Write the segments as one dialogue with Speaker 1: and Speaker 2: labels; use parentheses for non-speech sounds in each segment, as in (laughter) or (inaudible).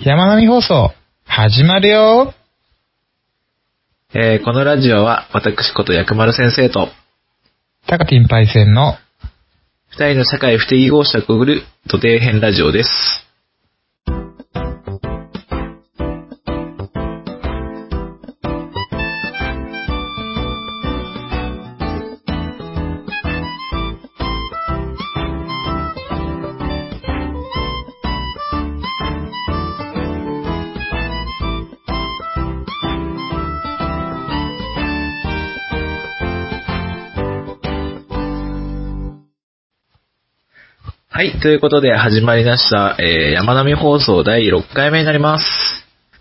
Speaker 1: 山並放送、始まるよ
Speaker 2: えーこのラジオは私こと薬丸先生と
Speaker 1: タカティンパイセンの、
Speaker 2: 二人の社会不適合者をくぐる土底編ラジオです。はい、ということで始まりました、えー山並放送第6回目になります。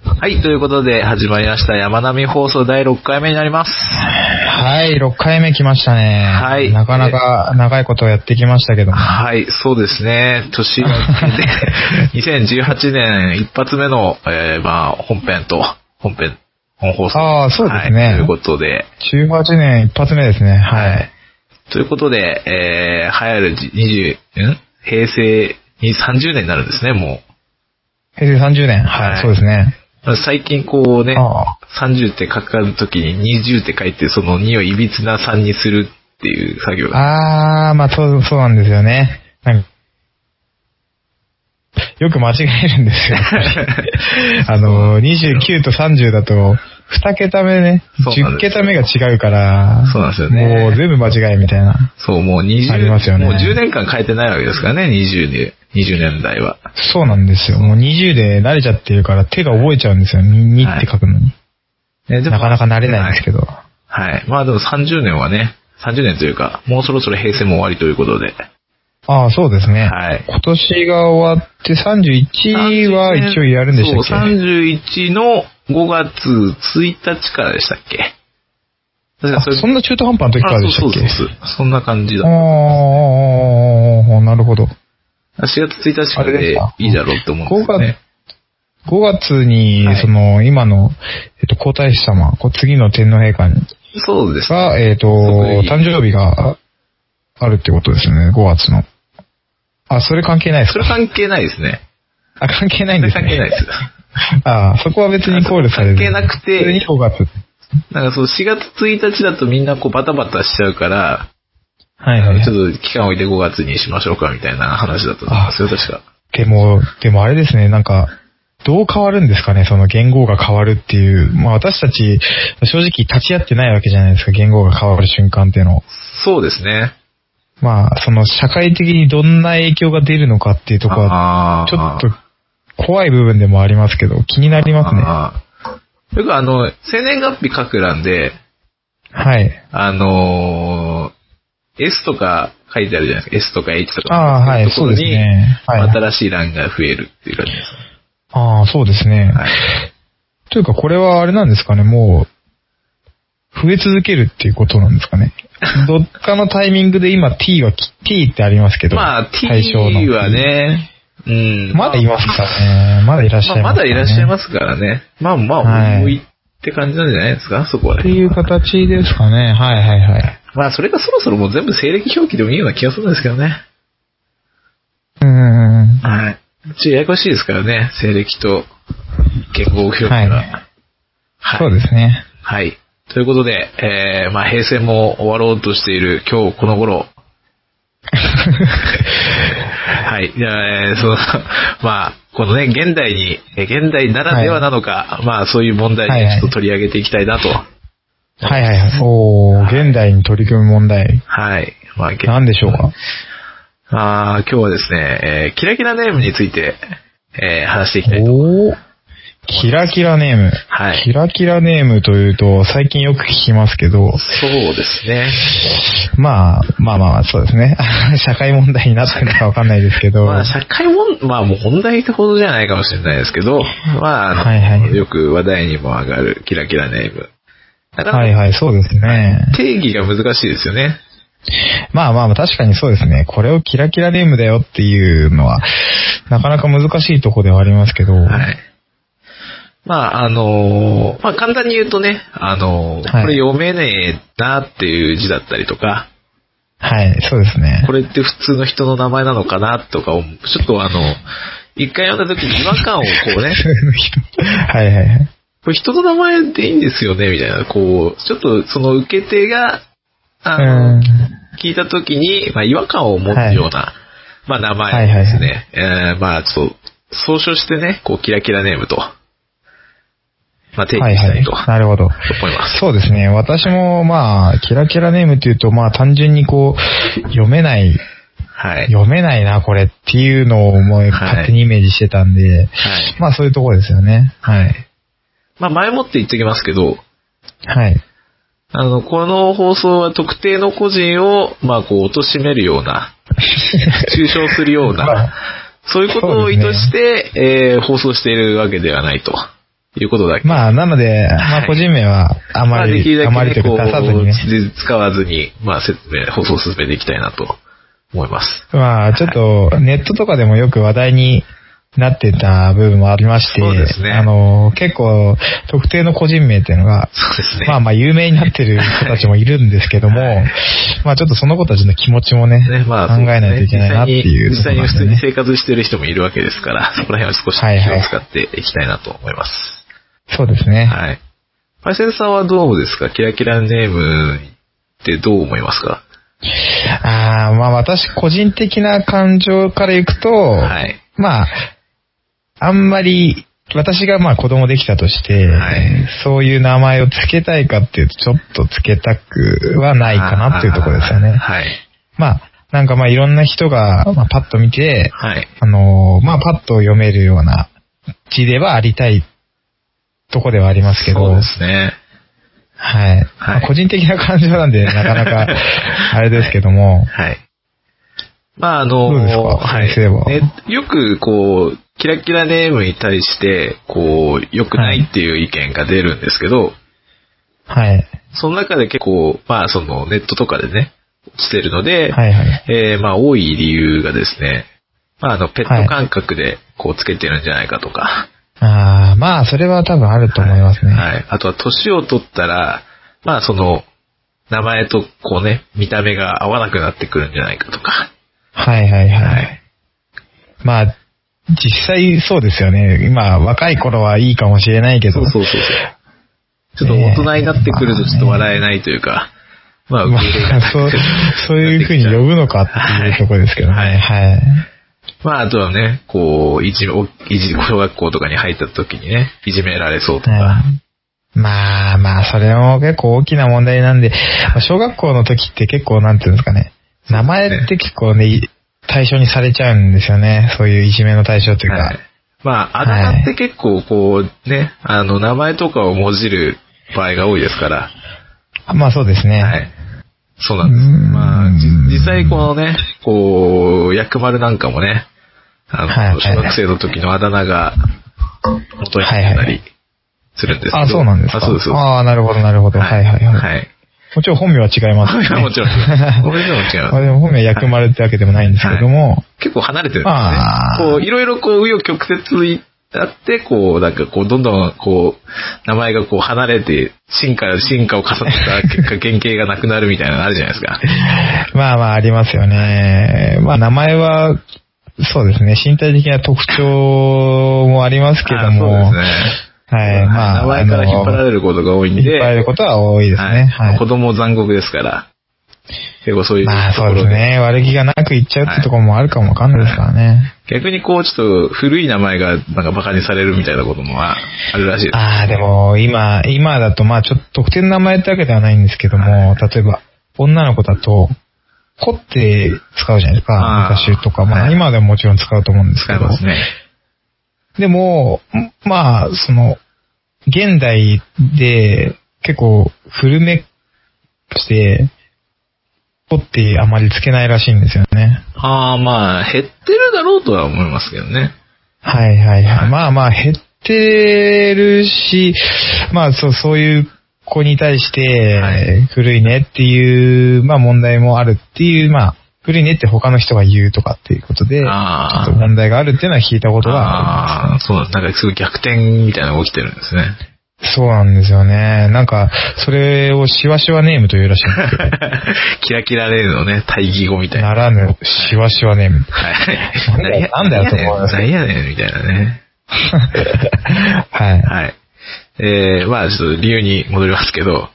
Speaker 2: はい、ということで始まりました山並放送第6回目になります。
Speaker 1: はい、6回目来ましたね。
Speaker 2: はい
Speaker 1: なかなか長いことをやってきましたけども。
Speaker 2: はい、そうですね。年が
Speaker 1: (laughs)
Speaker 2: 明けて、2018年一発目の、えーまあ、本編と、本編、本放送。
Speaker 1: ああそうですね
Speaker 2: はいということで、
Speaker 1: 18年一発目ですね。はい。
Speaker 2: ということで、えー、流行るじ20、ん平成に30年になるんですね、も
Speaker 1: 平成30年。はい、
Speaker 2: はい
Speaker 1: そうですね。
Speaker 2: う。最近こうね、
Speaker 1: ああ
Speaker 2: 30って書くときに20って書いて、その2をいびつな3にするっていう作業。
Speaker 1: あー、まあそう、そうなんですよね。なんかよく間違えるんですよ。
Speaker 2: (laughs)
Speaker 1: あの、29と30だと、2桁目ね、
Speaker 2: そうなん
Speaker 1: 10
Speaker 2: です
Speaker 1: 桁目が違うから、
Speaker 2: そうなんですよね
Speaker 1: もう全部間違いみたいな。
Speaker 2: そう、もう
Speaker 1: あ
Speaker 2: 20、
Speaker 1: りますよね
Speaker 2: もう10年間変えてないわけですからね、20年、20年代は。
Speaker 1: そうなんですよ。もう20で慣れちゃってるから手が覚えちゃうんですよ。2
Speaker 2: はい
Speaker 1: って書くのに。
Speaker 2: ねでも
Speaker 1: なかなか慣れないんですけど。
Speaker 2: はい。まあでも30年はね、30年というか、もうそろそろ平成も終わりということで。
Speaker 1: ああ、そうですね。
Speaker 2: はい
Speaker 1: 今年が終わって31は一応やるんでしたっけ
Speaker 2: そう、31の5月1日からでしたっけ確
Speaker 1: あそんな中途半端の時からでしたっけ
Speaker 2: あそうそうそう。そんな感じだ。
Speaker 1: ああ、なるほど。
Speaker 2: 4月1日からでいいだろうって思うんで
Speaker 1: 5
Speaker 2: す
Speaker 1: 月
Speaker 2: よね。、
Speaker 1: 5月に
Speaker 2: は、い
Speaker 1: その、今の、えっと、皇太子様、こう次の天皇陛下に
Speaker 2: そうですね。
Speaker 1: が、えっと、
Speaker 2: 即
Speaker 1: 誕
Speaker 2: 位
Speaker 1: 生日がああるってことですよね、5月の。あ、それ関係ないです
Speaker 2: そ
Speaker 1: か
Speaker 2: れ関係ないですね。
Speaker 1: あ、関係ない
Speaker 2: そ
Speaker 1: んですね。
Speaker 2: れ関係ないです。
Speaker 1: あそこは別に考慮される。
Speaker 2: 関係なくて
Speaker 1: それに5月。
Speaker 2: なんかそう、4月1日だとみんなこうバタバタしちゃうから、
Speaker 1: はい
Speaker 2: あ
Speaker 1: は
Speaker 2: の
Speaker 1: い
Speaker 2: ち。ょっと期間置いて5月にしましょうかみたいな話だったと思うんですよ、確か。
Speaker 1: でも、でもあれですね、なんか、どう変わるんですかね、その言語が変わるっていう。まあ私たち、正直立ち会ってないわけじゃないですか、言語が変わる瞬間っていうのを。
Speaker 2: そうですね。
Speaker 1: まあ、その社会的にどんな影響が出るのかっていうとこは、
Speaker 2: あー
Speaker 1: ちょっと怖い部分でもありますけど、気になりますね。
Speaker 2: あーよくあの、生年月日書く欄で、
Speaker 1: はい。
Speaker 2: あのー S とか書いてあるじゃないですか。S とか H とか。
Speaker 1: ああ、はい、
Speaker 2: とこ
Speaker 1: そう
Speaker 2: ろ
Speaker 1: で
Speaker 2: に
Speaker 1: すね。はい。
Speaker 2: 新しい欄が増えるっていう感じです
Speaker 1: ああ、そうですね
Speaker 2: ね。。はい。
Speaker 1: というか、これはあれなんですかね、もう、増え続けるっていうことなんですか
Speaker 2: (laughs)
Speaker 1: ね。どっかのタイミングで今 t はき、t ってありますけど。
Speaker 2: まあ、
Speaker 1: 対象の
Speaker 2: T は。ね、うん。
Speaker 1: まだいますからね。まだいらっしゃい
Speaker 2: ま
Speaker 1: ま
Speaker 2: あ
Speaker 1: す、
Speaker 2: まだいらっしゃい
Speaker 1: す。
Speaker 2: ますからね。まあま
Speaker 1: は
Speaker 2: あ、
Speaker 1: い
Speaker 2: 重いって感じなんじゃないですか、そこはね。
Speaker 1: っていう形ですかね。はいはいはい。
Speaker 2: まあ、それがそろそろもう全部西暦表記でもいいような気がするんですけどね。
Speaker 1: うんうんうん。
Speaker 2: はい。ちょややこしいですからね、西暦と健康表記は。
Speaker 1: はい
Speaker 2: はい
Speaker 1: そうですね。
Speaker 2: はい。ということで、えー、まあ、平成も終わろうとしている今日この
Speaker 1: (laughs)
Speaker 2: 頃。はい。じゃあ、えー、その、 (laughs) まあ、このね、現代に、えー現代ならではなのか、まあ、そういう問題
Speaker 1: はいはい
Speaker 2: にちょっと取り上げていきたいなと。はい、
Speaker 1: はいはいはい。おー、現代に取り組む問題。
Speaker 2: まあ、現
Speaker 1: 何でしょうか
Speaker 2: あー今日はですね、えー、キラキラネームについて、えー、話していきたいと。
Speaker 1: おー。キラキラネーム。
Speaker 2: はい
Speaker 1: キラキラネームというと、最近よく聞きますけど、
Speaker 2: そうですね。
Speaker 1: まあ、まあまあ、そうですね。 (laughs) 社会問題になってるのかわかんないですけど。
Speaker 2: まあ、社会問、まあ、もう本題ってほどじゃないかもしれないです
Speaker 1: (laughs)
Speaker 2: けど、まあ、あの
Speaker 1: はいはい
Speaker 2: よく話題にも上がるキラキラネーム。なかなか
Speaker 1: はいはい、そうですね。
Speaker 2: 定義が難しいですよね。
Speaker 1: まあまあ、確かにそうですね。これをキラキラネームだよっていうのは、なかなか難しいとこではありますけど。
Speaker 2: はい。まあ、あのーまあ、簡単に言うとね、あの
Speaker 1: はい
Speaker 2: ーこれ読めねえなっていう字だったりとか、
Speaker 1: はい、そうですね
Speaker 2: こ。れって普通の人の名前なのかなとかを、ちょっとあの、一回読んだ時に違和感をこ
Speaker 1: (laughs)
Speaker 2: うね、
Speaker 1: 普通の人。はいはいはい。
Speaker 2: これ人の名前でいいんですよね、みたいな、こう、ちょっとその受け手が、あ
Speaker 1: う
Speaker 2: の、
Speaker 1: ん。
Speaker 2: 聞いた時に、まあ、違和感を持つような、まあ、名前ですね。えーまあ、ちょっと、総称してね、こう、キラキラネームと、まあ、定
Speaker 1: は
Speaker 2: 義
Speaker 1: い
Speaker 2: した
Speaker 1: はいい
Speaker 2: と。。
Speaker 1: なるほど。
Speaker 2: 思います。
Speaker 1: そうですね。私もまあ、キラキラネームっていうと、まあ単純にこう、読めない、
Speaker 2: はい。
Speaker 1: 読めないな、これっていうのをもう勝手にイメージしてたんで、
Speaker 2: はい。
Speaker 1: まあそういうところですよね。はい。
Speaker 2: まあ、前もって言っておきますけど、
Speaker 1: はい。
Speaker 2: あの、この放送は特定の個人を、まあ、こう、貶めるよう
Speaker 1: (laughs)
Speaker 2: な、中傷するよう
Speaker 1: ま
Speaker 2: な
Speaker 1: あ、
Speaker 2: そういうことを意図して、えー放送しているわけではないということだけ。
Speaker 1: まあなので、まあ個人名はあまり、あまりというか出さずにね。
Speaker 2: で使わずに、まあ、説明、放送を進めていきたいなと思います。
Speaker 1: まあちょっとネットとかでもよく話題になってた部分もありまして、
Speaker 2: そうですね
Speaker 1: あの、結構特定の個人名っていうのが、
Speaker 2: そうですね。
Speaker 1: まあまあ有名になってる人たちもいるんですけども、まあちょっとその子たちの気持ちもね、
Speaker 2: ね、まあ、
Speaker 1: 考えないといけないなっていう
Speaker 2: そうですね実際に、実際
Speaker 1: ところなんでね
Speaker 2: に普通に生活してる人もいるわけですから、そこら辺は少し気
Speaker 1: はいはい
Speaker 2: を使っていきたいなと思います。
Speaker 1: そうですね。
Speaker 2: はい。パイセンさんはどうですかキラキラネームってどう思いますか
Speaker 1: (laughs) ああ、まあ私個人的な感情からいくと、
Speaker 2: はい。
Speaker 1: まあ、あんまり、私がまあ子供できたとして、
Speaker 2: はい
Speaker 1: そういう名前をつけたいかっていうと、ちょっとつけたくはないかなっていうところですよね。
Speaker 2: はい。
Speaker 1: まあ、なんかまあいろんな人が、まあ、パッと見て、
Speaker 2: はい。
Speaker 1: あのーまあパッと読めるような字ではありたいとこではありますけど、
Speaker 2: そうですね。
Speaker 1: はい。まあ個人的な感情なんで、なかな
Speaker 2: (laughs)
Speaker 1: かあれですけども、
Speaker 2: はい。まあ、あ
Speaker 1: どうですか
Speaker 2: の、はい
Speaker 1: 先生は
Speaker 2: ねよく、こう、キラキラネームに対して、こう、良くないっていう意見が出るんですけど、
Speaker 1: はい。
Speaker 2: その中で結構、まあ、その、ネットとかでね、してるので、
Speaker 1: はいはい。
Speaker 2: えーまあ、多い理由がですね、まあ、あの、ペット感覚で、こう、つけてるんじゃないかとか、
Speaker 1: ああ、まあそれは多分あると思いますね。
Speaker 2: はい。あとは年を取ったら、まあその、名前とこうね、見た目が合わなくなってくるんじゃないかとか。
Speaker 1: はいはいはい。
Speaker 2: はい。
Speaker 1: まあ、実際そうですよね。今、若い頃はいいかもしれないけ
Speaker 2: (laughs) そ
Speaker 1: ど
Speaker 2: う、そうそうそう。ちょっと大人になってくるとちょっと笑えないというか、まあ、
Speaker 1: (laughs)
Speaker 2: 受
Speaker 1: ま
Speaker 2: け入れが
Speaker 1: あ、そう、そういうふうに呼ぶのかっていうところですけどね。
Speaker 2: はい
Speaker 1: はい。
Speaker 2: まあ、あとはね、こう、いじめ、おいじ、小学校とかに入った時にね、いじめられそうと
Speaker 1: は
Speaker 2: か。
Speaker 1: いまあまあ、それも結構大きな問題なんで、まあ小学校の時って結構なんていうんですかね。名前って結構ね、い対象にされちゃうんですよね。そういういじめの対象というか。
Speaker 2: はい。まあ、あだ名って結構こう、ね、あの、名前とかをもじる場合が多いですから。
Speaker 1: まあそうですね。
Speaker 2: はい。そうなんです。
Speaker 1: うーん
Speaker 2: まあ、じ実際このね、こう、薬丸なんかもね、あの、
Speaker 1: はいはい
Speaker 2: 小学生の時のあだ名が、元になりするんですけど。
Speaker 1: あ、そうなんですか。
Speaker 2: あ、そうです。そうです
Speaker 1: ああ、なるほど、なるほど。はいはいはい。
Speaker 2: はい。
Speaker 1: もちろん本名は違います、
Speaker 2: はい、もちろ
Speaker 1: (laughs)
Speaker 2: ん。これでも違
Speaker 1: まあ
Speaker 2: う。
Speaker 1: でも本名は薬丸ってわけでもないんですけども、
Speaker 2: 結構離れてるんですね。
Speaker 1: まあ
Speaker 2: こう、いろいろこう、紆余曲折あって、こう、なんかこう、どんどんこう、名前がこう離れて、進化、進化を重ねた結果、原型がなくなるみたいなのあるじゃないですか。
Speaker 1: まあまあありますよね。まあ名前は、そうですね、身体的な特徴も (laughs) ありますけども、
Speaker 2: あそうですね。
Speaker 1: はい、まあ、
Speaker 2: 名前から引っ張ら
Speaker 1: る。
Speaker 2: れることが多いんで、
Speaker 1: 引っ張られることは多いです
Speaker 2: はい
Speaker 1: ね。はい。
Speaker 2: 子供残酷ですから、結構そういうと
Speaker 1: まあ
Speaker 2: こ
Speaker 1: そうで
Speaker 2: ろ
Speaker 1: す
Speaker 2: で、
Speaker 1: ね、悪気がなく言っちゃうってところもあるかもわかんないですからね。
Speaker 2: 逆にこう、ちょっと古い名前がなんかバカにされるみたいなこともああるらしいです。
Speaker 1: ああ、でも今、今だとまあちょっと特定の名前ってわけではないんですけども、例えば女の子だと、子って使うじゃないですか、
Speaker 2: あー
Speaker 1: 昔とか。ま
Speaker 2: は
Speaker 1: あ
Speaker 2: い
Speaker 1: 今でももちろん使うと思うんです
Speaker 2: 使
Speaker 1: け
Speaker 2: い
Speaker 1: ど。
Speaker 2: ますね。
Speaker 1: でも、んまあ、その、現代で結構古めとして、子ってあまりつけないらしいんですよね。
Speaker 2: ああ、まあ、減ってるだろうとは思いますけどね。
Speaker 1: はいはい
Speaker 2: は
Speaker 1: はいい。まあまあ減ってるし、まあそう、そういう子に対して、
Speaker 2: はい
Speaker 1: 古いねっていう、まあ問題もあるっていう、まあ、古いねって他の人が言うとかっていうことで、ちょ
Speaker 2: あー
Speaker 1: っと問題があるっていうのは聞いたことがあるんですよね (laughs)
Speaker 2: ああ、そうなんですなんかすごい逆転みたいなのが起きてるんですね。
Speaker 1: そうなんですよね。なんか、それをシワシワネームというらしいんですけど
Speaker 2: キラキラレールのね、対義語みたいな。
Speaker 1: ならぬ、シワシワネーム。
Speaker 2: はい。
Speaker 1: なんだよなんだよと思います
Speaker 2: なんやねん、みたいなね。
Speaker 1: はい。
Speaker 2: はい。えー、まあ、ちょっと理由に戻りますけど、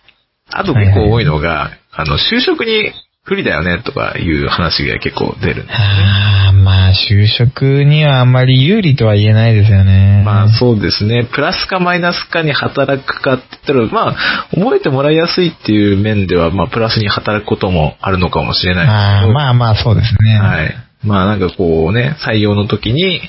Speaker 2: あと
Speaker 1: はい
Speaker 2: 結
Speaker 1: はい
Speaker 2: 構多いのが、あの、就職に不利だよね、とかいう話が結構出るんです。
Speaker 1: ああ、まあ、就職にはあんまり有利とは言えないですよね。
Speaker 2: まあそうですね。プラスかマイナスかに働くかって言ったら、まあ、覚えてもらいやすいっていう面では、まあ、プラスに働くこともあるのかもしれない
Speaker 1: ま
Speaker 2: ですけ
Speaker 1: あ
Speaker 2: ど。
Speaker 1: まあまあ、そうですね。
Speaker 2: はい。まあなんかこうね、採用の時に、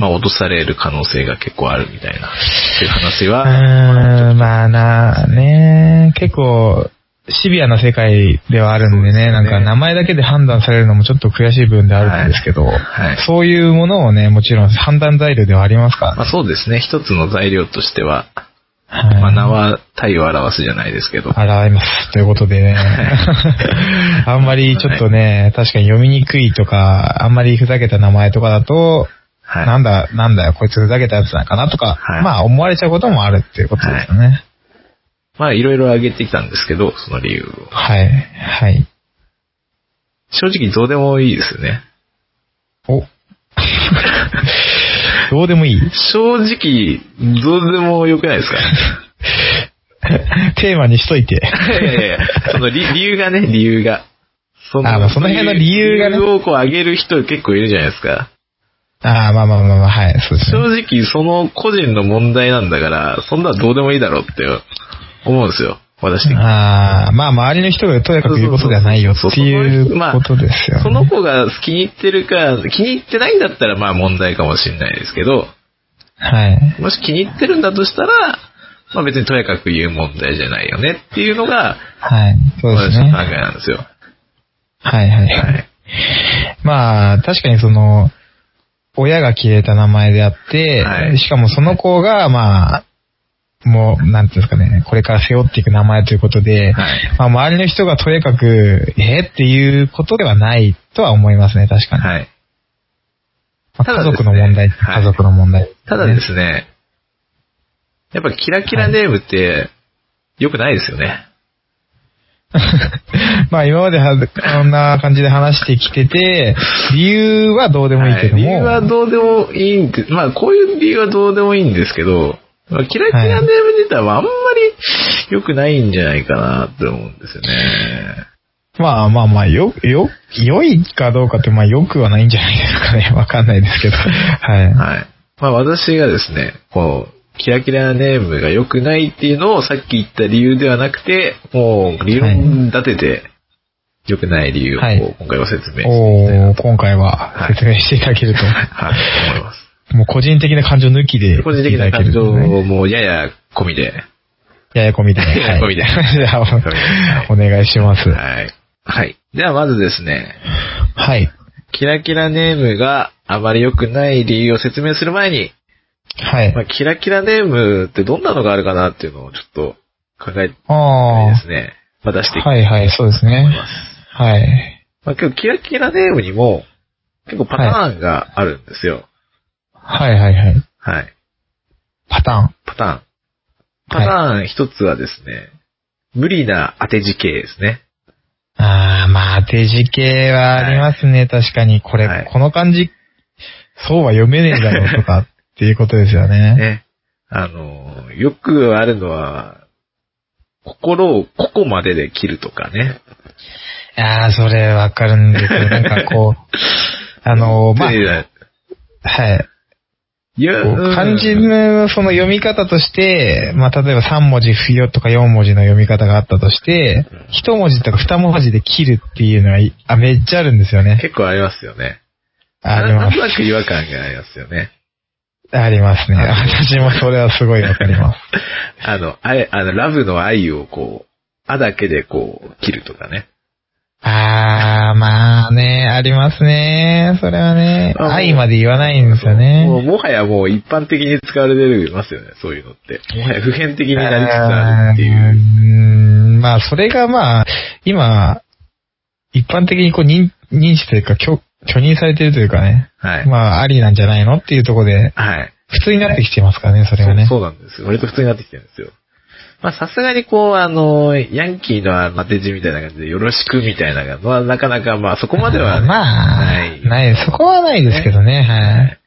Speaker 2: まあ落とされる可能性が結構あるみたいな、っていう話
Speaker 1: う
Speaker 2: は、
Speaker 1: ーん、まあな、ね結構、シビアな世界ではあるんでね、
Speaker 2: そうですね
Speaker 1: なんか名前だけで判断されるのもちょっと悔しい部分であるんですけど、
Speaker 2: はいはい
Speaker 1: そういうものをね、もちろん判断材料ではありますから
Speaker 2: まあそうですね、一つの材料としては、
Speaker 1: はい
Speaker 2: まあ名は体を表すじゃないですけど、
Speaker 1: 洗います。ということで
Speaker 2: (laughs)
Speaker 1: ね。あんまりちょっとね、確かに読みにくいとか、あんまりふざけた名前とかだと、
Speaker 2: はい
Speaker 1: なんだ、なんだよ、こいつふざけたやつなんかなとか、
Speaker 2: はい
Speaker 1: まあ思われちゃうこともあるっていうことですよね。
Speaker 2: まあいろいろ挙げてきたんですけど、その理由を。
Speaker 1: はい。はい。
Speaker 2: 正直どうでもいいですよね。
Speaker 1: お。 (laughs) どうでもいい。
Speaker 2: 正直、どうでもよくないですか
Speaker 1: (laughs) テーマにしといて。
Speaker 2: いやいやいや、その理理由
Speaker 1: (laughs)
Speaker 2: がね、理由が。そ
Speaker 1: あまあその辺の理由がね
Speaker 2: 理由をこう上げる人結構いるじゃないですか。
Speaker 1: ああ、まあまあまあまあ、はい、そうですね。
Speaker 2: 正直その個人の問題なんだから、そんなのどうでもいいだろうって思うんですよ。私的に。
Speaker 1: ああ、まあ周りの人がとやかく言うことではないよっていうことですよね。
Speaker 2: その子が気に入ってるか、気に入ってないんだったらまあ問題かもしれないですけど、
Speaker 1: はい。
Speaker 2: もし気に入ってるんだとしたら、まあ別にとやかく言う問題じゃないよねっていうのが、
Speaker 1: はい。そうです
Speaker 2: 私の
Speaker 1: ね。
Speaker 2: 考
Speaker 1: は
Speaker 2: えなんですよ。
Speaker 1: いはい。
Speaker 2: はい。
Speaker 1: まあ、確かにその、親が消えた名前であって、
Speaker 2: はい
Speaker 1: しかもその子が、まあ、もう、なんていうんですかね、これから背負っていく名前ということで、
Speaker 2: はい
Speaker 1: まあ、周りの人がとにかく、えっていうことではないとは思いますね、確かに。
Speaker 2: はい。
Speaker 1: まあ
Speaker 2: た
Speaker 1: 家
Speaker 2: だですね
Speaker 1: 族の問題、
Speaker 2: はい
Speaker 1: 家族の問題、
Speaker 2: ただで。すね、やっぱキラキラネームって良くないですよね。
Speaker 1: (laughs) まあ、今まではこんな感じで話してきてて、理由はどうでもいいけど
Speaker 2: はい理
Speaker 1: も、
Speaker 2: 由はどうでもいいんで、まあこういう理由はどうでもいいんですけど、まあキラキラネーム自体はあんまり良くないんじゃないかなって思うんですよね。
Speaker 1: まあまあまあ、よ、よ、良いかどうかって、まあ良くはないんじゃないですかね。 (laughs) わかんないですけど。はい。
Speaker 2: はい。まあ私がですね、こう、キラキラネームが良くないっていうのをさっき言った理由ではなくて、もう理論立てて良くない理由をこう
Speaker 1: はい
Speaker 2: 今回は説明していきたいな
Speaker 1: お
Speaker 2: と
Speaker 1: お今回は
Speaker 2: はい
Speaker 1: 説明していただけると、
Speaker 2: はい、思
Speaker 1: (laughs)
Speaker 2: います。
Speaker 1: もう個人的な感情抜きで。
Speaker 2: 個人的な感情
Speaker 1: いただけるとね
Speaker 2: もやや込みで。
Speaker 1: ややこみで。
Speaker 2: や (laughs) やこみで
Speaker 1: はいじゃあ
Speaker 2: い、
Speaker 1: お願いします。
Speaker 2: はい。はい。ではまずですね、
Speaker 1: はい。
Speaker 2: キラキラネームがあまり良くない理由を説明する前に、
Speaker 1: はい
Speaker 2: ま。あ、キラキラネームってどんなのがあるかなっていうのをちょっと考えてで
Speaker 1: あ
Speaker 2: すね、まあ、出して
Speaker 1: あ。
Speaker 2: いきたい
Speaker 1: はいはい、そうです
Speaker 2: と
Speaker 1: ね
Speaker 2: 思い。ます。
Speaker 1: はい。
Speaker 2: まあ、今日キラキラネームにも結構パターンがあるんですよ。
Speaker 1: はいはいはい。
Speaker 2: はい。
Speaker 1: パターン。
Speaker 2: パターン。パターン一つはですね、無理な当て字形ですね。
Speaker 1: ああ、まあ、手字系はありますね。確かに、これ、
Speaker 2: はい
Speaker 1: この漢字、そうは読めねえんだろうと (laughs) か、っていうことですよね。
Speaker 2: ね。あの、よくあるのは、心をここまでで切るとかね。
Speaker 1: いやー、それわかるんですよ。なんかこう、 (laughs) あのー、まあ
Speaker 2: い、や
Speaker 1: はい。
Speaker 2: いや、
Speaker 1: こう
Speaker 2: うん
Speaker 1: 漢字のその読み方として、まあ、例えば3文字不要とか4文字の読み方があったとして、1文字とか2文字で切るっていうのはいあ、めっちゃあるんですよね。
Speaker 2: 結構ありますよね。
Speaker 1: あり
Speaker 2: なな
Speaker 1: ま
Speaker 2: んとなく違和感がありますよね。
Speaker 1: す。ありますね。私もそれはすごいわかります。
Speaker 2: あの、あれ、あの、ラブの愛をこう、あだけでこう、切るとかね。
Speaker 1: あー、まあね、ありますね。それはね、
Speaker 2: あもう
Speaker 1: 愛まで言わないんですよね。
Speaker 2: もうもはやもう一般的に使われてますよね、そういうのって。もはや普遍的になりつつあるっていう。
Speaker 1: うーんまあ、それがまあ、今、一般的にこう認認知というか、許許認されてるというかね、
Speaker 2: はい。
Speaker 1: まあ、ありなんじゃないのっていうところで、
Speaker 2: はい。
Speaker 1: 普通になってきてますからね、それがね。
Speaker 2: そうそうなんですよ。割と普通になってきてるんですよ。まあさすがにこう、あの、ヤンキーの当て字みたいな感じでよろしくみたいなのはなかなかまあそこまでは、
Speaker 1: (laughs)
Speaker 2: ね、
Speaker 1: まあ、
Speaker 2: ない
Speaker 1: ない、そこはないですけどね、はい。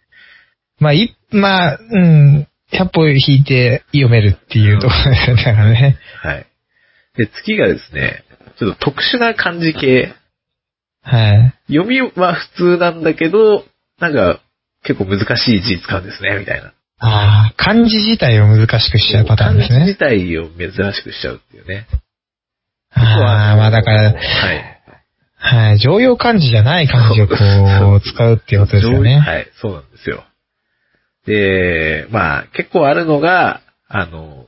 Speaker 1: まあ、い、まあ、うん、100歩引いて読めるっていうところですよね、だからね。
Speaker 2: はい。で、次がですね、ちょっと特殊な漢字系。
Speaker 1: はい。
Speaker 2: 読みは普通なんだけど、なんか結構難しい字使うんですね、みたいな。
Speaker 1: ああ、漢字自体を難しくしちゃうパターンです
Speaker 2: 漢
Speaker 1: ね
Speaker 2: 字自。体を珍しくしちゃうっていうね。 (laughs)
Speaker 1: ああ、まあだか
Speaker 2: は
Speaker 1: ら、
Speaker 2: い。
Speaker 1: はい、常用漢字じゃない漢字をこう、使うっていうことですよね。
Speaker 2: はい、そうなんですよ。で、まあ、結構あるのが、あの、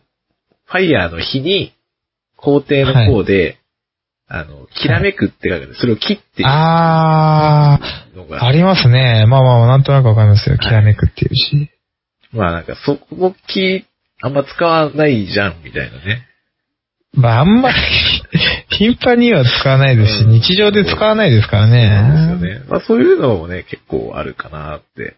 Speaker 2: ファイヤーの火に、皇帝の方で、あの、きらめくって書くんですそれを切っていう
Speaker 1: あ
Speaker 2: の
Speaker 1: あ、
Speaker 2: が、
Speaker 1: ありますね。まあまあまあ、なんとなくわかりますよ。きらめくっていうし。
Speaker 2: まあなんか、そこき、あんま使わないじゃん、みたいなね。
Speaker 1: まあ、あんまり、 (laughs) 頻繁には使わないですし、
Speaker 2: うん
Speaker 1: 日常で使わないですから
Speaker 2: そう
Speaker 1: ね。
Speaker 2: ですよね。まあそういうのもね、結構あるかなって。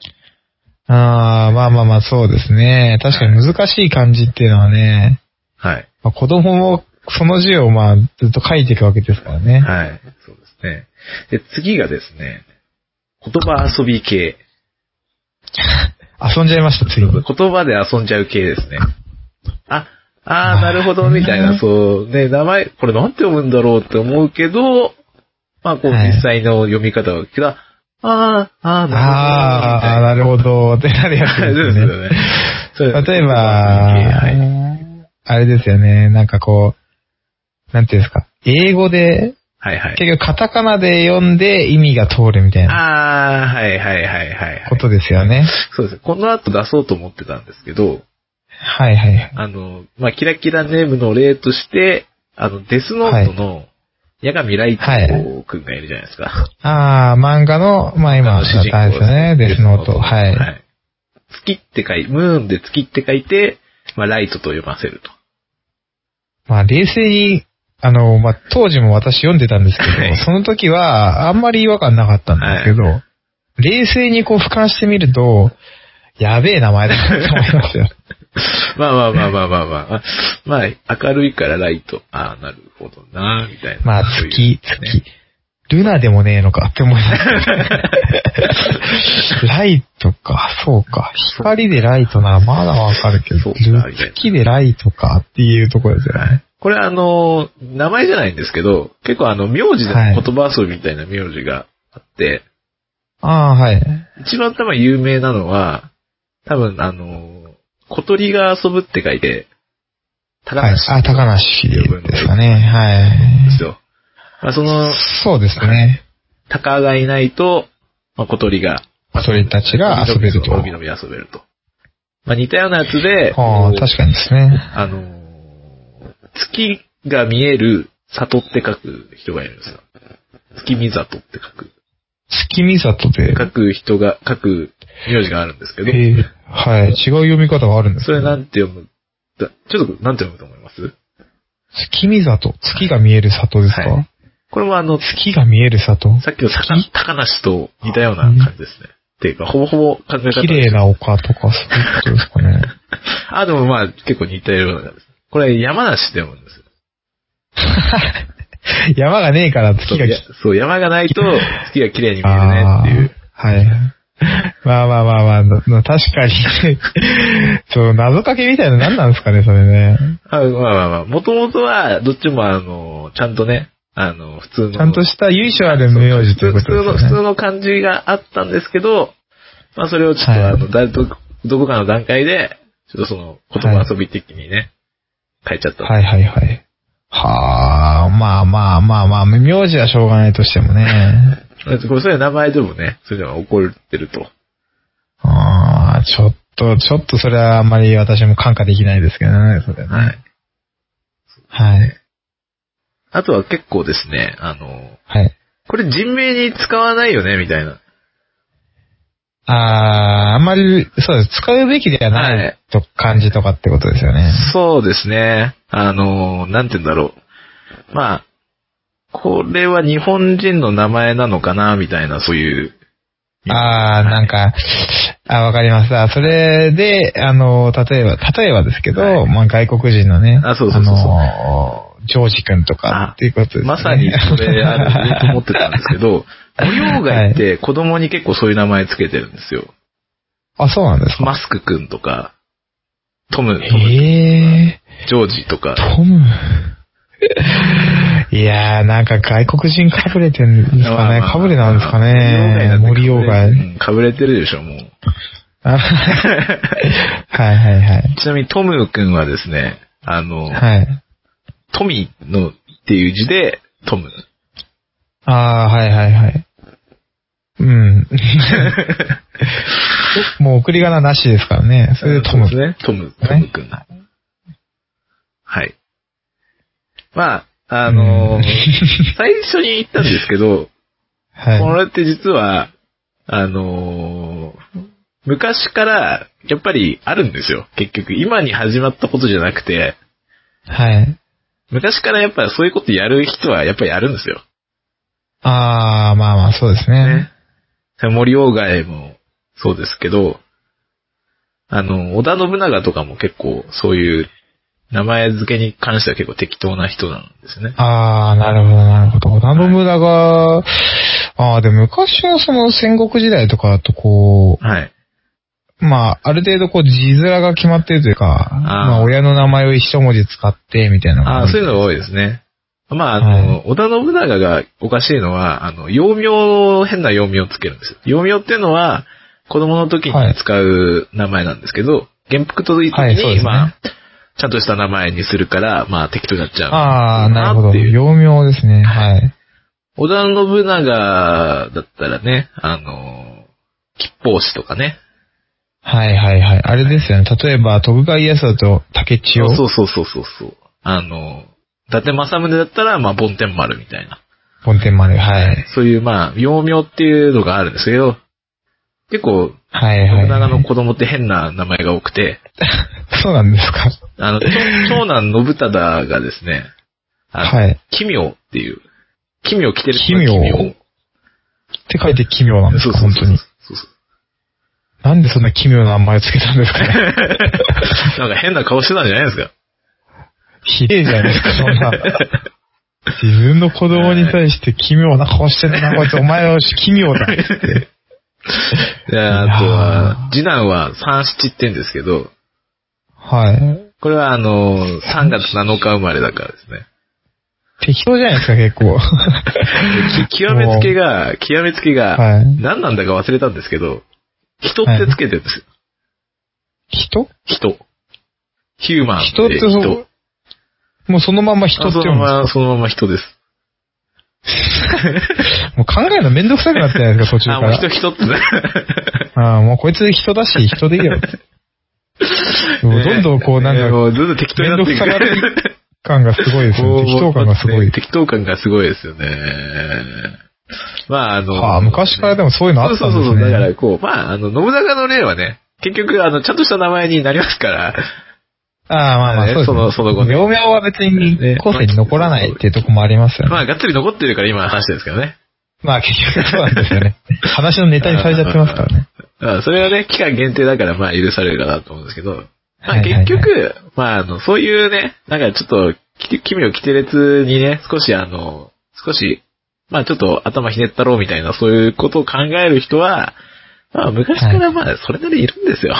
Speaker 1: ああ、まあまあまあ、そうですね。確かに難しい漢字っていうのはね、
Speaker 2: はい。
Speaker 1: まあ、子供もその字をまあ、ずっと書いていくわけですからね。
Speaker 2: はい。そうですね。で、次がですね、言葉遊び系。
Speaker 1: 遊んじゃいました、次。
Speaker 2: 言葉で遊んじゃう系ですね。あ、あーなるほど、みたい
Speaker 1: あー
Speaker 2: な、そう、ね、名前、これなんて読むんだろうって思うけど、まあ、こう、
Speaker 1: はい
Speaker 2: 実際の読み方を聞くと、あー、あー、
Speaker 1: ああ、
Speaker 2: なる
Speaker 1: なるほど、ってなるや
Speaker 2: ほど、みたいな。
Speaker 1: つです
Speaker 2: そう
Speaker 1: よ
Speaker 2: です
Speaker 1: ね。例え
Speaker 2: よね。それ
Speaker 1: ば、
Speaker 2: はい。
Speaker 1: あれですよね、なんかこう、なんていうんですか、英語で、
Speaker 2: はいはい。
Speaker 1: 結局カタカナで読んで意味が通るみたいな
Speaker 2: あー、はいはいはいはい、はい。
Speaker 1: ことですよね。
Speaker 2: そうです。この後出そうと思ってたんですけど、
Speaker 1: はいはいはい。
Speaker 2: あの、まあ、キラキラネームの例として、あの、デスノートの、矢神ライト君がいるじゃないですか。
Speaker 1: ああ、漫画の、まあ今、
Speaker 2: あの主人公
Speaker 1: あれですよね、デスノート。
Speaker 2: デ
Speaker 1: はい。
Speaker 2: 月って書いて、ムーンで月って書いて、まあ、ライトと読ませると。
Speaker 1: まあ冷静に、あの、まあ当時も私読んでたんですけ
Speaker 2: はい
Speaker 1: ど、その時はあんまり違和感なかったんですけど、冷静にこう俯瞰してみると、やべえ名前だなって思い
Speaker 2: (laughs)
Speaker 1: ますよ。
Speaker 2: まあまあまあまあまあまあ。まあ、明るいからライト。ああ、なるほどな、みたいな。
Speaker 1: まあ
Speaker 2: そういう
Speaker 1: 月、月。ルナでもねえのかって思い
Speaker 2: (laughs)
Speaker 1: ます。ライトか、そうか。光でライトならまだわかるけ
Speaker 2: そう
Speaker 1: ど、
Speaker 2: かみたいな
Speaker 1: 月でライトかっていうところですよね。
Speaker 2: これあの、名前じゃないんですけど、結構あの、名字で
Speaker 1: はい
Speaker 2: 言葉遊びみたいな名字があって、
Speaker 1: ああ、はい。
Speaker 2: 一番多分有名なのは、多分あの、小鳥が遊ぶって書いて、高
Speaker 1: はい。
Speaker 2: 橋
Speaker 1: あ、高梨ですかね。はい
Speaker 2: で。すよ。まあ、その、
Speaker 1: そうですね。
Speaker 2: 鷹がいないと、まあ、小鳥が、
Speaker 1: 小鳥たちが遊べると。
Speaker 2: のびのび遊べると。まあ、似たようなやつで、
Speaker 1: ああ、確かにですね。
Speaker 2: あのー月が見える里って書く人がいるんですよ。月見里って書く。
Speaker 1: 月見里で。
Speaker 2: 書く人が、書く名字があるんですけど、
Speaker 1: えーはい。違う読み方があるんです
Speaker 2: それなんんて読む、だちょっとなんて読むと思います
Speaker 1: 月見里。月が見える里ですか、
Speaker 2: はこれもあの、さ
Speaker 1: 月が見える里。
Speaker 2: っきのさか高梨と似たような感じですね。っていうか、ほぼほぼ考え方。
Speaker 1: 綺麗な丘とか、そういうことですかね。
Speaker 2: あ、でもまあ、結構似たような感じです。これ、山梨でもですよ。
Speaker 1: (laughs) 山がねえから月
Speaker 2: そう
Speaker 1: が
Speaker 2: やそう、山
Speaker 1: (laughs)
Speaker 2: がないと月が綺麗に見えるねっていう。
Speaker 1: あーはい。まあまあまあまあな、な確かに。そう、謎かけみたいな何なんですかね、それね。
Speaker 2: あまあまあまあ、もともとは、どっちもあの、ちゃんとね、あの、普通の。
Speaker 1: ちゃんとした由緒ある名字ということですよ
Speaker 2: 普通の、普
Speaker 1: ね。
Speaker 2: 通の漢字があったんですけど、まあそれをちょっと、
Speaker 1: はい
Speaker 2: あの、だど、どこかの段階で、ちょっとその、言葉遊び的にね、変えちゃった。
Speaker 1: はいはいはい。はあ、まあまあまあまあ、名字はしょうがないとしても
Speaker 2: (laughs)
Speaker 1: ね。
Speaker 2: だってこれ、それは名前でもね、それでは怒ってると。
Speaker 1: ああ、ちょっと、ちょっとそれはあんまり私も感化できないですけどね、それは
Speaker 2: は
Speaker 1: ね。
Speaker 2: い。
Speaker 1: はい。
Speaker 2: あとは結構ですね、あの、
Speaker 1: はい。
Speaker 2: これ人名に使わないよね、みたいな。
Speaker 1: ああ、あんまり、そうです。使うべきではない、
Speaker 2: はい
Speaker 1: と感じとかってことですよね。
Speaker 2: そうですね。あの、なんて言うんだろう。まあ、これは日本人の名前なのかな、みたいな、そういういう。
Speaker 1: ああ、なんか、あわかりました。それで、あの、例えば、例えばですけど、
Speaker 2: はい
Speaker 1: まあ、外国人のね、
Speaker 2: あそうそうそうそう
Speaker 1: あの、ジョージ君とか
Speaker 2: あ
Speaker 1: っていうことですね。
Speaker 2: まさにそれあるねと思ってたんですけど、模様貝って子供に結構そういう名前つけてるんですよ。
Speaker 1: (laughs) あ、そうなんですか。
Speaker 2: マスクくんとか、トム、トム
Speaker 1: ええ
Speaker 2: ジョージとか。
Speaker 1: ー、トム。 (laughs) いやー、なんか外国人かぶれてるんですかね。かぶれなんですかね。森
Speaker 2: 森
Speaker 1: 洋
Speaker 2: 王貝
Speaker 1: 外。
Speaker 2: なんてかぶれうんかぶれてるでしょ、もう。
Speaker 1: あはいはいはい。
Speaker 2: ちなみにトムくんはですね、あの、
Speaker 1: はい。
Speaker 2: トミのっていう字で、トム。
Speaker 1: ああー、はいはいはい。 (laughs) うん。もう送り仮名なしですからね。それでトム。
Speaker 2: そうですね。トム、トムくん。はい。まあ、あの
Speaker 1: うん
Speaker 2: (laughs) 最初に言ったんですけど、こ
Speaker 1: はい。
Speaker 2: れって実は、あのー昔から、やっぱりあるんですよ。結局、今に始まったことじゃなくて、
Speaker 1: はい。
Speaker 2: 昔からやっぱそういうことやる人はやっぱりやるんですよ。
Speaker 1: ああ、まあまあ、そうですね。
Speaker 2: 森鴎外もそうですけど、あの、織田信長とかも結構そういう名前付けに関しては結構適当な人なんですね。
Speaker 1: ああ、なるほど、なるほど。織田信長が、ああ、でも昔のその戦国時代とかだとこ
Speaker 2: はい。
Speaker 1: う、まあ、ある程度こう、字面が決まってるというか、まあ、親の名前を一文字使って、みたいなのが
Speaker 2: あ
Speaker 1: る
Speaker 2: あ、
Speaker 1: ん
Speaker 2: そういうのが多いですね。まあ、あの、織田信長がおかしいのは、あの、幼名を、変な幼名をつけるんですよ。幼名っていうのは、子供の時に使う名前なんですけど、元服という時に、
Speaker 1: はいそうですね
Speaker 2: まあ、ちゃんとした名前にするから、まあ、適当になっちゃう。
Speaker 1: ああ、なるほ
Speaker 2: っ
Speaker 1: ど。
Speaker 2: ていう
Speaker 1: 幼名ですね。はい。
Speaker 2: 織田信長だったらね、あの、吉報士とかね。
Speaker 1: はいはいはい。あれですよね。例えば、徳川家康だと竹千
Speaker 2: そ
Speaker 1: 代。
Speaker 2: うそうそうそうそう。あの、伊達政宗だったら、まあ、梵天丸みたいな。
Speaker 1: 本店まで。はい。
Speaker 2: そういう、まあ、幼名っていうのがあるんですけど、結構、
Speaker 1: はいはい。
Speaker 2: 信長の子供って変な名前が多くて、
Speaker 1: (laughs) そうなんですか。
Speaker 2: あの、長長男信忠がですね、あの、
Speaker 1: はい。っ
Speaker 2: 奇妙っていう、奇妙着てる人
Speaker 1: 奇妙
Speaker 2: 奇妙。
Speaker 1: て書いて奇妙なんです
Speaker 2: そう
Speaker 1: か、
Speaker 2: そう
Speaker 1: 本
Speaker 2: そ
Speaker 1: 当
Speaker 2: う
Speaker 1: に。
Speaker 2: そうそう。
Speaker 1: なんでそんな奇妙な名前をつけたんですかね
Speaker 2: (laughs) なんか変な顔してたんじゃないですか。
Speaker 1: ひでえじゃないですか、そんな。自分の子供に対して奇妙な顔してんな、こいつ。お前は奇妙だ。
Speaker 2: で、あとは、次男は三七って言うんですけど、
Speaker 1: はい。
Speaker 2: これはあの、3月7日生まれだからですね。
Speaker 1: 適当じゃないですか、結構。
Speaker 2: き極めつけが、極めつけが、
Speaker 1: はい。
Speaker 2: 何なんだか忘れたんですけど、人ってつけてるんですよ。
Speaker 1: 人
Speaker 2: 人。ヒューマン
Speaker 1: 人ってそう、もうそのまんま人
Speaker 2: あ
Speaker 1: って
Speaker 2: そ
Speaker 1: 言う
Speaker 2: の
Speaker 1: んです
Speaker 2: まま、そのまま人です。
Speaker 1: もう考えるのめんどくさくなってないですか、途中
Speaker 2: あ、
Speaker 1: か
Speaker 2: もう人
Speaker 1: ら。
Speaker 2: 人ってね。
Speaker 1: ああ、もうこいつ人だし、人でいいよ。もうどんどんこう、なん
Speaker 2: (laughs) ね
Speaker 1: か、
Speaker 2: もうどんどん適当になっていく
Speaker 1: 面倒くさがって感がすごいです
Speaker 2: もう
Speaker 1: ね。 (laughs) 適当感がす
Speaker 2: (laughs)
Speaker 1: ごい。
Speaker 2: 適当感がすごいですよね。まあ、あの。
Speaker 1: はあ、昔からでもそういうのあったんですね。
Speaker 2: そうそうそう。だから、こう、まあ、あの、信長の例はね、結局、あの、ちゃんとした名前になりますから、
Speaker 1: ああ、まあまあ、
Speaker 2: ね
Speaker 1: そうです、ね。
Speaker 2: そのその後ね
Speaker 1: 両名は別に
Speaker 2: ね
Speaker 1: 後世に残らないっていうとこもありますよね。
Speaker 2: まあ、がっつり残ってるから今話してるんですけどね。
Speaker 1: まあ、結局そうなんですよね。 (laughs) 話のネタにされちゃってますからね。
Speaker 2: うん、それはね、期間限定だから、まあ、許されるかなと思うんですけど、まあ、
Speaker 1: はいはいは
Speaker 2: 結
Speaker 1: い
Speaker 2: 局、まあ、あの、そういうね、なんかちょっと、き奇妙奇て列にね、少しあの、少し、まあ、ちょっと頭ひねったろうみたいな、そういうことを考える人は、まあ、昔からまあ、それなりいるんですよ。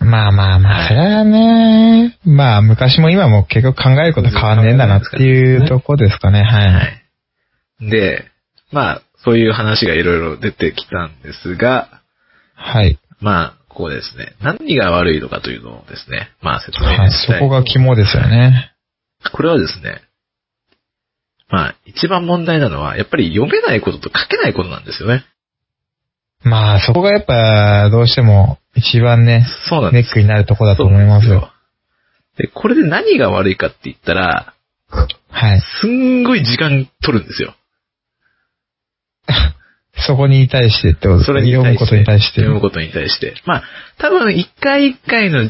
Speaker 1: まあまあまあ、それはね、まあ、昔も今も結局考えること変わんねえんだなっていうとこですかね。はい。
Speaker 2: で、まあ、そういう話がいろいろ出てきたんですが、
Speaker 1: はい。
Speaker 2: まあ、ここですね。何が悪いのかというのをですね、まあ、説明
Speaker 1: はい、
Speaker 2: し
Speaker 1: そ
Speaker 2: たい。
Speaker 1: こが肝ですよね。
Speaker 2: これはですね、まあ、一番問題なのは、やっぱり読めないことと書けないことなんですよね。
Speaker 1: まあ、そこがやっぱ、どうしても一番ね、
Speaker 2: そうなん
Speaker 1: ネ
Speaker 2: です。
Speaker 1: ックになるとこだと思います
Speaker 2: そうなん
Speaker 1: よ。
Speaker 2: ですよ。で、これで何が悪いかって言ったら、
Speaker 1: はい。
Speaker 2: すんごい時間取るんですよ。
Speaker 1: そこに対してってことです
Speaker 2: そ
Speaker 1: ね
Speaker 2: れに対
Speaker 1: 読
Speaker 2: して
Speaker 1: むことに対して。
Speaker 2: 読むことに対して。まあ、多分一回一回の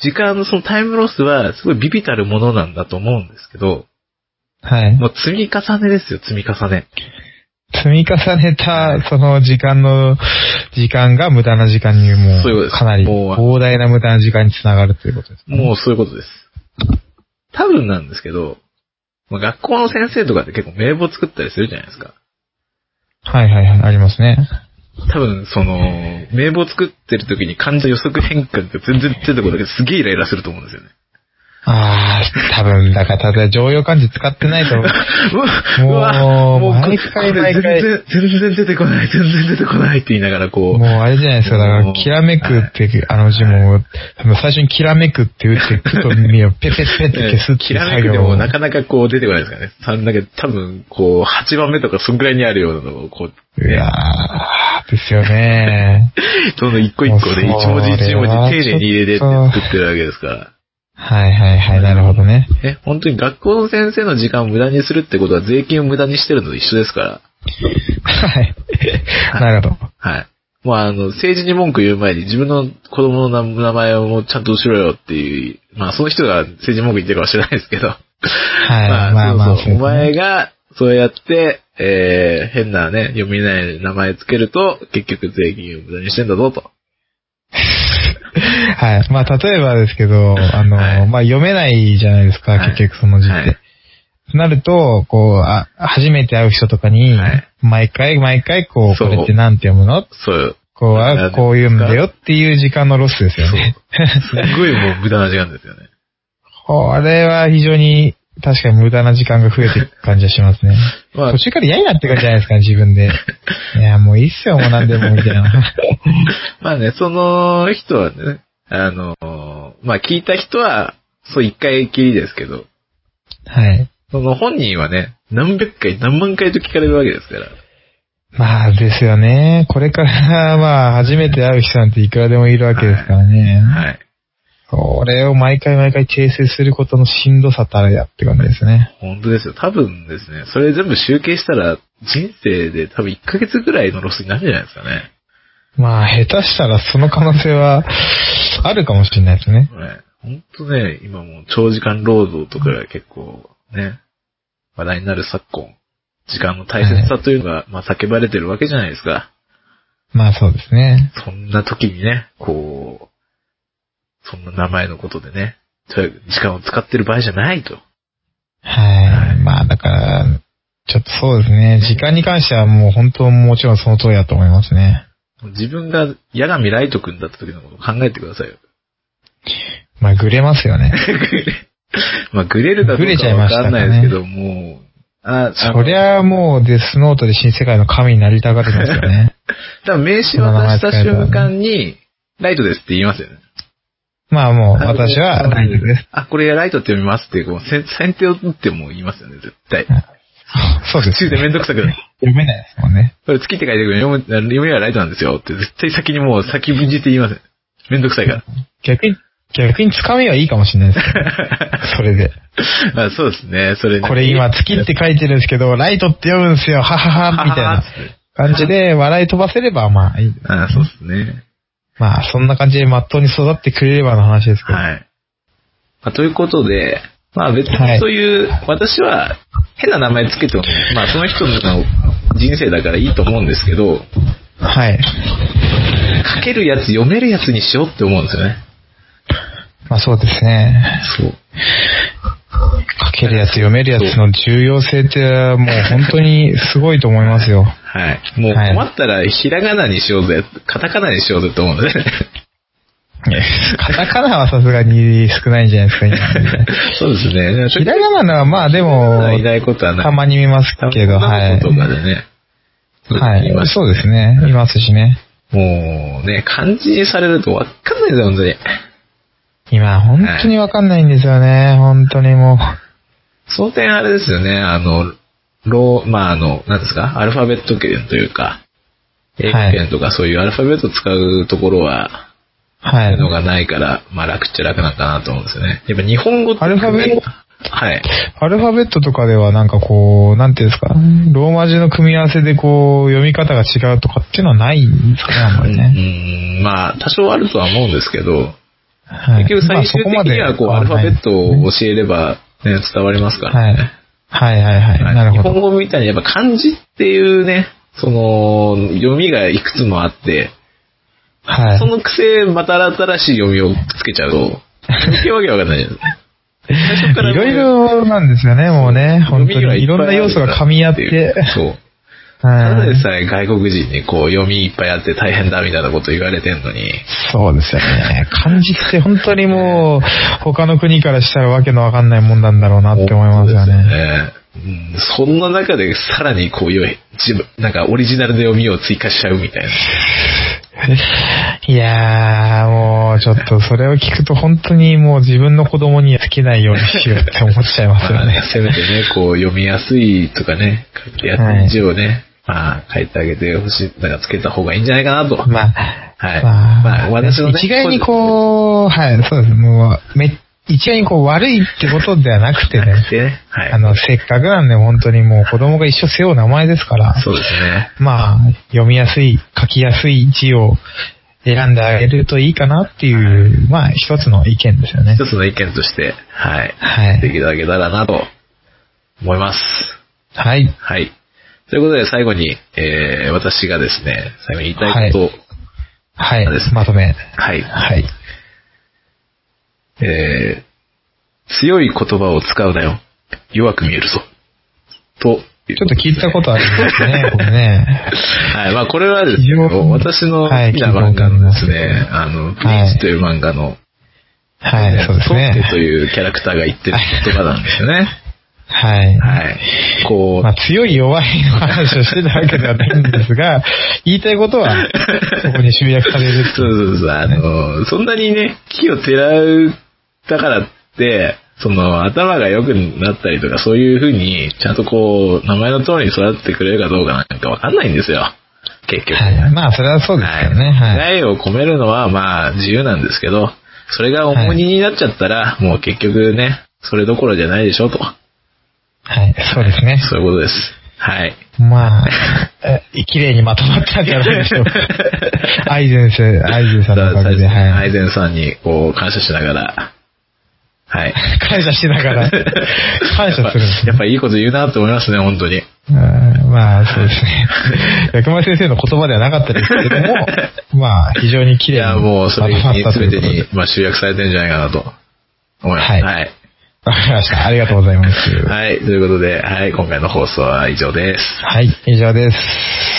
Speaker 2: 時間のそのタイムロスは、すごいビビたるものなんだと思うんですけど、
Speaker 1: はい。
Speaker 2: もう積み重ねですよ、積み重ね。
Speaker 1: 積み重ねた、その時間の、時間が無駄な時間にも
Speaker 2: そういうことで
Speaker 1: う、
Speaker 2: す
Speaker 1: かなり
Speaker 2: もう
Speaker 1: 膨大な無駄な時間につながるということですね。
Speaker 2: もうそういうことです。多分なんですけど、まあ、学校の先生とかって結構名簿作ったりするじゃないですか。
Speaker 1: はいはいはい、ありますね。
Speaker 2: 多分、その、名簿作ってる時に患者予測変換が全然出てこなくてすげえイライラすると思うんですよね。
Speaker 1: ああ、多分、だから、ただ、常用漢字使ってないと、
Speaker 2: (laughs) う
Speaker 1: もう
Speaker 2: わもう、
Speaker 1: 毎
Speaker 2: こ
Speaker 1: 回
Speaker 2: これ
Speaker 1: 毎回
Speaker 2: 全然、全然出てこない、全然出てこないって言いながらこう、
Speaker 1: もうあれじゃないですか、だか
Speaker 2: もう
Speaker 1: ら、きらめくって、あの字も、多分最初にきらめくって打って、くと耳をペペペって消すって
Speaker 2: き
Speaker 1: いう
Speaker 2: ら
Speaker 1: 作
Speaker 2: めくで
Speaker 1: 業
Speaker 2: も
Speaker 1: を。
Speaker 2: なかなかこう出てこないですからね。ただけ多分、こう、8番目とかそんくらいにあるようなのを、こう、
Speaker 1: いやー、ですよね。
Speaker 2: その一個一個で、一
Speaker 1: もうそれ
Speaker 2: 文字一文字
Speaker 1: は
Speaker 2: 丁寧に入れてって作ってるわけですから。
Speaker 1: はいはいはい、なるほどね。
Speaker 2: え、本当に学校の先生の時間を無駄にするってことは税金を無駄にしてるのと一緒ですから。
Speaker 1: はい。なるほど。
Speaker 2: はい。もうあの、政治に文句言う前に自分の子供の名前をもうちゃんとしろよっていう、まあその人が政治に文句言ってるかは知らないですけど。
Speaker 1: はい。まあまあ、
Speaker 2: そうそう。お前が、そうやって、えー、変なね、読みない名前つけると、結局税金を無駄にしてんだぞと。
Speaker 1: はい。まあ、例えばですけど、あの、
Speaker 2: はい
Speaker 1: まあ、読めないじゃないですか、
Speaker 2: はい
Speaker 1: 結局その字って。
Speaker 2: はい
Speaker 1: なると、こう、あ、初めて会う人とかに
Speaker 2: はい、
Speaker 1: 毎回毎回、こう、
Speaker 2: そ
Speaker 1: こ
Speaker 2: う
Speaker 1: れってなんて読むの
Speaker 2: そう。
Speaker 1: こう、
Speaker 2: なん
Speaker 1: あ、
Speaker 2: で
Speaker 1: こういうんだよっていう時間のロスですよね。
Speaker 2: すっごいもう無駄な時間ですよね。
Speaker 1: (laughs) これは非常に、確かに無駄な時間が増えていく感じがし (laughs) ますね。
Speaker 2: まあ
Speaker 1: 途、中から嫌になってくるじゃないですか、自分で。いや、もういいっすよ、もう何でも、みたい
Speaker 2: (laughs)
Speaker 1: な。
Speaker 2: まあね、その人はね、あのまあ聞いた人は、そう一回きりですけど、
Speaker 1: はい。
Speaker 2: その本人はね、何百回、何万回と聞かれるわけですから。
Speaker 1: まあですよね。これから、まあ、初めて会う人なんていくらでもいるわけですからね。
Speaker 2: はい。
Speaker 1: これを毎回毎回訂正することのしんどさたるやって感じですね。
Speaker 2: 本当ですよ。多分ですね、それ全部集計したら、人生で多分1ヶ月ぐらいのロスになるんじゃないですかね。
Speaker 1: まあ、下手したらその可能性は、あるかもしれないですね。
Speaker 2: はい。本当ね、今もう長時間労働とかが結構ね、話題になる昨今、時間の大切さというのが、まあ叫ばれてるわけじゃないですか。
Speaker 1: まあ、そうですね。
Speaker 2: そんな時にね、こう、そんな名前のことでね、とにかく時間を使ってる場合じゃないと。
Speaker 1: はい。まあ、だから、ちょっとそうですね。時間に関してはもう本当もちろんその通りだと思いますね。
Speaker 2: 自分が矢神ライト君だった時のことを考えてくださいよ。
Speaker 1: まあ、ぐれますよね。
Speaker 2: まあ、グレるかどう
Speaker 1: グレち
Speaker 2: か
Speaker 1: ゃい
Speaker 2: わ
Speaker 1: ましたか
Speaker 2: かん
Speaker 1: ね
Speaker 2: ないですけど、もう、あ、あ
Speaker 1: そ
Speaker 2: の
Speaker 1: りゃもうデスノートで新世界の神になりたがってますよね。
Speaker 2: 多分名刺渡した瞬間に、ライトですって言いますよね。
Speaker 1: まあもう私は大丈夫です。
Speaker 2: あ、これライトって読みますって、こう、先先手を打っても言いますよね、絶対。 (laughs)
Speaker 1: そうです、
Speaker 2: 中でめんどくさくない。
Speaker 1: 読めないですもんね。
Speaker 2: これ月って書いてくる読む、読みはライトなんですよって、絶対先にもう先文字って言いません。めんどくさいから。
Speaker 1: 逆に、逆につかみはいいかもしれない
Speaker 2: (laughs)
Speaker 1: ですけ (laughs) ど。それで。
Speaker 2: あそうですね、それね
Speaker 1: これ今、月って書いてるんですけど、ライトって読むんですよ、は
Speaker 2: (laughs)
Speaker 1: はは、みたい
Speaker 2: ははは
Speaker 1: な
Speaker 2: っつって
Speaker 1: 感じで、笑い飛ばせれば、まあいい。
Speaker 2: あそうですね。
Speaker 1: まあ、そんな感じで、まっとうに育ってくれればの話ですけど。
Speaker 2: はい。まあ、ということで、まあ別
Speaker 1: は
Speaker 2: に
Speaker 1: い
Speaker 2: そういう、私は変な名前つけても、まあその人の人生だからいいと思うんですけど、
Speaker 1: はい。
Speaker 2: 書けるやつ読めるやつにしようって思うんですよね。
Speaker 1: まあそうですね。
Speaker 2: そう。
Speaker 1: 書けるやつ、読めるやつの重要性って、もう本当にすごいと思います
Speaker 2: (laughs)
Speaker 1: よ。
Speaker 2: はい。もう
Speaker 1: はい
Speaker 2: 困ったらひらがなにしようぜ、カタカナにしようぜって思うんですね。
Speaker 1: カタカナはさすがに少ないんじゃないですか、
Speaker 2: (laughs)
Speaker 1: 今。
Speaker 2: そうですね。
Speaker 1: ひらがなはまあで
Speaker 2: いな
Speaker 1: も、
Speaker 2: いことはない。
Speaker 1: たまに見ますけど、は
Speaker 2: 女
Speaker 1: い
Speaker 2: の。子とかでね。
Speaker 1: はい
Speaker 2: いま。す
Speaker 1: そうですね。いますしね。
Speaker 2: もうね、漢字にされるとわかんないですよ、本当に。
Speaker 1: 今、本当にわかんないんですよね。本当にもう。
Speaker 2: その点あれですよね、あの、ロー、まあ、あの、なんですか、アルファベット圏というか、英語圏とかそういうアルファベットを使うところは、
Speaker 1: は
Speaker 2: の
Speaker 1: い。
Speaker 2: がないから、まあ楽っちゃ楽なんかなと思うんですよね。やっぱ日本語って。
Speaker 1: アルファベット
Speaker 2: はい。
Speaker 1: アルファベットとかではなんかこう、なんていうんですか、ローマ字の組み合わせでこう、読み方が違うとかっていうのはないんですかね、あんま
Speaker 2: う
Speaker 1: りね。
Speaker 2: ん、まあ、多少あるとは思うんですけど、
Speaker 1: はい
Speaker 2: 結局最終的にはこう、
Speaker 1: まあ
Speaker 2: アル
Speaker 1: そ
Speaker 2: ファベット
Speaker 1: まで
Speaker 2: を教えれば、ね、伝わりますから
Speaker 1: はい
Speaker 2: ね。。
Speaker 1: はいはいはい。
Speaker 2: まあ
Speaker 1: なる
Speaker 2: 日
Speaker 1: ほ
Speaker 2: 本
Speaker 1: ど。
Speaker 2: 語みたいにやっぱ漢字っていうね、その、読みがいくつもあって、
Speaker 1: はい
Speaker 2: そ。のくせ、また新しい読みをつけちゃうと、余計わけわかんないじ
Speaker 1: (laughs)
Speaker 2: ゃない最初から
Speaker 1: いろいろなんですよね、もうね。本当
Speaker 2: 読みが
Speaker 1: に。い
Speaker 2: っぱ
Speaker 1: ろんな要素が噛み合って。
Speaker 2: そう。ただ
Speaker 1: は
Speaker 2: で
Speaker 1: い。
Speaker 2: さえ外国人にこう読みいっぱいあって大変だみたいなこと言われてんのに、
Speaker 1: そうですよね。漢字って本当にもう、他の国からしたらわけのわかんないもんなんだろうなって思いますよね。
Speaker 2: そうですよねうんそんな中でさらにこういう、自分、なんかオリジナルの読みを追加しちゃうみたいな。
Speaker 1: いやー、もうちょっとそれを聞くと本当にもう自分の子供に好きないようにしようって思っちゃいますよ
Speaker 2: まあ
Speaker 1: ね
Speaker 2: ね。、せめてね、こう読みやすいとかね、書きやすい字をね、まあ書いてあげてほしい、なんかつけた方がいいんじゃないかなと。
Speaker 1: まあ、
Speaker 2: はいま
Speaker 1: まあ、
Speaker 2: あ私のね
Speaker 1: 一概にこう、はい、そうです。もう、め、一概にこう悪いってことではなくてね。
Speaker 2: でね、はい。
Speaker 1: あの、せっかくなんで本当にもう子供が一生背負う名前ですから、
Speaker 2: そうですね。
Speaker 1: まあ、読みやすい、書きやすい字を選んであげるといいかなっていう、まあ、一つの意見ですよね。
Speaker 2: 一つの意見として、はい。
Speaker 1: は
Speaker 2: でき
Speaker 1: い。
Speaker 2: てあげたらなと思います。
Speaker 1: はい。
Speaker 2: はい。ということで最後に、えー、私がですね、最後に言いたいことを、
Speaker 1: はい
Speaker 2: そうです。
Speaker 1: まとめ。
Speaker 2: はい。
Speaker 1: はい。
Speaker 2: えー、強い言葉を使うなよ。弱く見えるぞ。と。ち
Speaker 1: ちょっと聞いたことあります
Speaker 2: (laughs)
Speaker 1: ね、これね。
Speaker 2: はい。まあ、これはです
Speaker 1: 非
Speaker 2: ね、
Speaker 1: 常に
Speaker 2: 私の好
Speaker 1: はい
Speaker 2: きな漫画のです
Speaker 1: 聞
Speaker 2: ね、
Speaker 1: い
Speaker 2: あの、プリンスという漫画の、
Speaker 1: はい、そうです
Speaker 2: トッテと
Speaker 1: ね。
Speaker 2: いうキャラクターが言ってる言葉なんですよね。
Speaker 1: はい。
Speaker 2: はい。こう、
Speaker 1: まあ、強い弱いの話をしてたわけではないんです
Speaker 2: (laughs)
Speaker 1: が、言いたいことは、そこに集約されるって
Speaker 2: そ
Speaker 1: いうう。
Speaker 2: そうそう、あの、そんなにね、木をてらうだからって、その、頭が良くなったりとか、そういうふうに、ちゃんとこう、名前の通りに育ってくれるかどうかなんかわかんないんですよ。結局。
Speaker 1: はい。まあ、それはそうですよね。はい。
Speaker 2: 願いを込めるのは、まあ、自由なんですけど、それが重荷になっちゃったら、もう結局ね、それどころじゃないでしょ、と。
Speaker 1: はい、そうですね。
Speaker 2: そういうことです。はい。
Speaker 1: まあ、え綺麗にまとまったんじゃないでしょう
Speaker 2: (laughs)
Speaker 1: か。アイゼン先生、アイゼンさんのおかげで、
Speaker 2: ア
Speaker 1: は
Speaker 2: イ
Speaker 1: い。
Speaker 2: ゼンさんに、こう、感謝しながら、はい。
Speaker 1: 感謝しなが
Speaker 2: (laughs)
Speaker 1: ら、 (laughs) 感謝するんです
Speaker 2: や
Speaker 1: ね
Speaker 2: っぱいいこと言うなって思いますね、本当に。
Speaker 1: うんまあ、そうです
Speaker 2: (laughs)
Speaker 1: ね。薬丸先生の言葉ではなかったですけども、まあ、非常に綺
Speaker 2: い
Speaker 1: 麗
Speaker 2: や、
Speaker 1: に
Speaker 2: もう
Speaker 1: ま
Speaker 2: そ
Speaker 1: と
Speaker 2: れ
Speaker 1: まっ
Speaker 2: に
Speaker 1: たとい
Speaker 2: 全て
Speaker 1: うことで。
Speaker 2: に、まあ、集約されてるんじゃないかなと思います。
Speaker 1: はい
Speaker 2: はい。
Speaker 1: わかりました。ありがとうございます。
Speaker 2: はい、ということで、はい、今回の放送は以上です。
Speaker 1: はい、以上です。